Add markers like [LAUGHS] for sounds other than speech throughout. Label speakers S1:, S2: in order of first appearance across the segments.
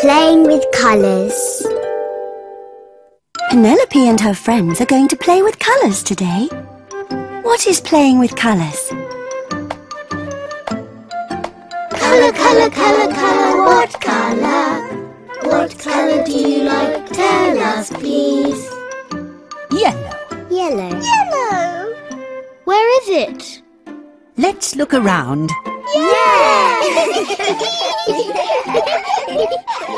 S1: Playing with colours.
S2: Penelope and her friends are going to play with colours today. What is playing with colours?
S1: Colour, colour, colour, colour, what colour? What colour do you like? Tell us, please.
S3: Yellow.
S1: Yellow. Yellow. Where is it?
S3: Let's look around.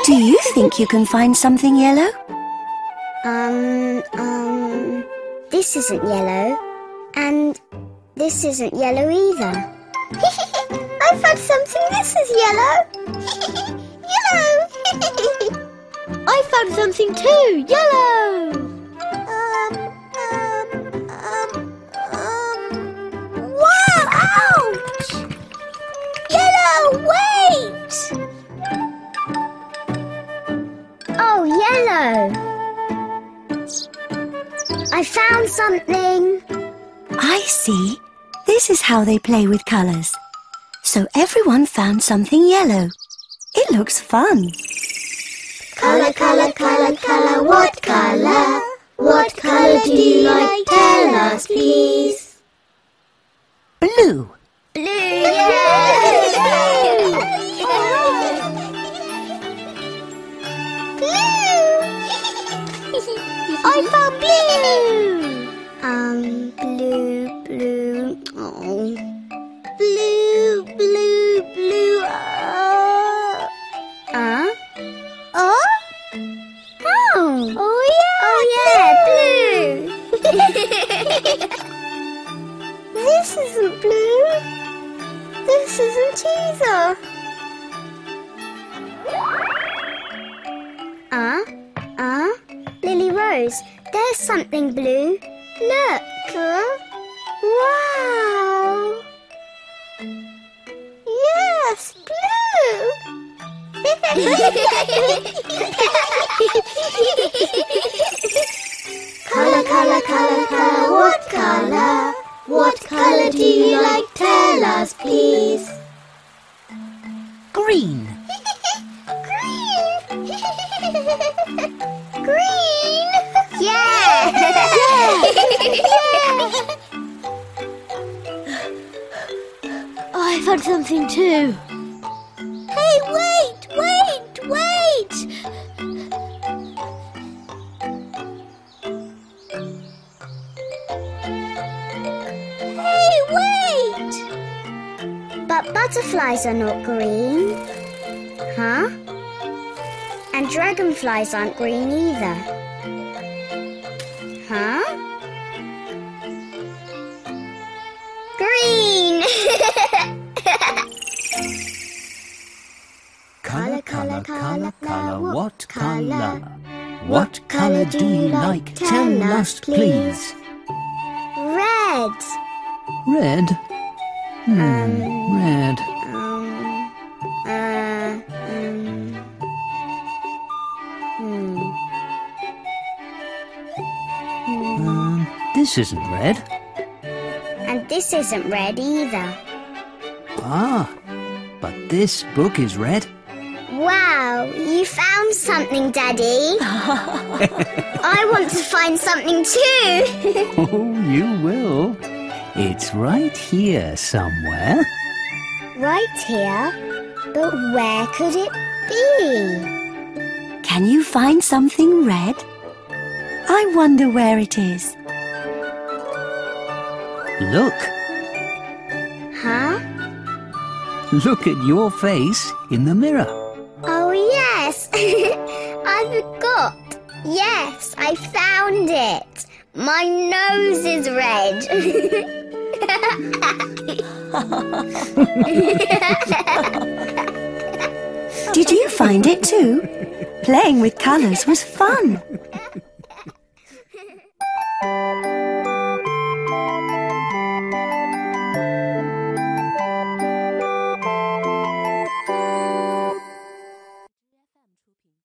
S2: Do you think you can find something yellow?
S1: Um, um, this isn't yellow, and this isn't yellow either. [LAUGHS] I found something. This is yellow. [LAUGHS] yellow. [LAUGHS] I found something too. Yellow. Um, um, um, um. Wow! Ouch! Yellow, wait! Oh, yellow. I found something.
S2: I see. This is how they play with colours. So everyone found something yellow. It looks fun.
S1: Color, color, color, color, what color? What color do you like? Tell us, please.
S3: Blue.
S1: Blue. I found blue. Um, blue, blue, oh. Blue, blue, blue, uh. Uh? Oh? Oh. Oh yeah. Oh yeah, blue. this isn't blue. This isn't either. Ah, ah, Lily Rose, there's something blue. Look. Wow. Yes, blue. [LAUGHS] color, color, color, color. What color? What color do you like? Tell us, please.
S3: Green.
S1: Green. [LAUGHS] Green. [LAUGHS] Yeah. Oh, I found something too. Hey, wait, wait, wait. Hey, wait. But butterflies are not green. Huh? And dragonflies aren't green either. Huh? Green! [LAUGHS]
S4: Colour, colour, colour, colour, what colour? What colour do you like? Tell us, please.
S1: Red!
S4: Red? Hmm, red.
S1: Um, uh, um, hmm.
S4: Um, this isn't red.
S1: And this isn't red either.
S4: Ah, but this book is red. [LAUGHS]
S1: Wow, you found something, Daddy. I want to find something too. [LAUGHS]
S4: Oh, you will. It's right here somewhere.
S1: right here. But where could it be?
S2: Can you find something red? I wonder where it is.
S4: Look,
S1: Huh?
S4: look at your face in the mirror.
S1: Oh, yes. [LAUGHS] I forgot. Yes, I found it. My nose is red.
S3: [LAUGHS]
S1: [LAUGHS]
S2: Did you find it too? Playing with colours was fun.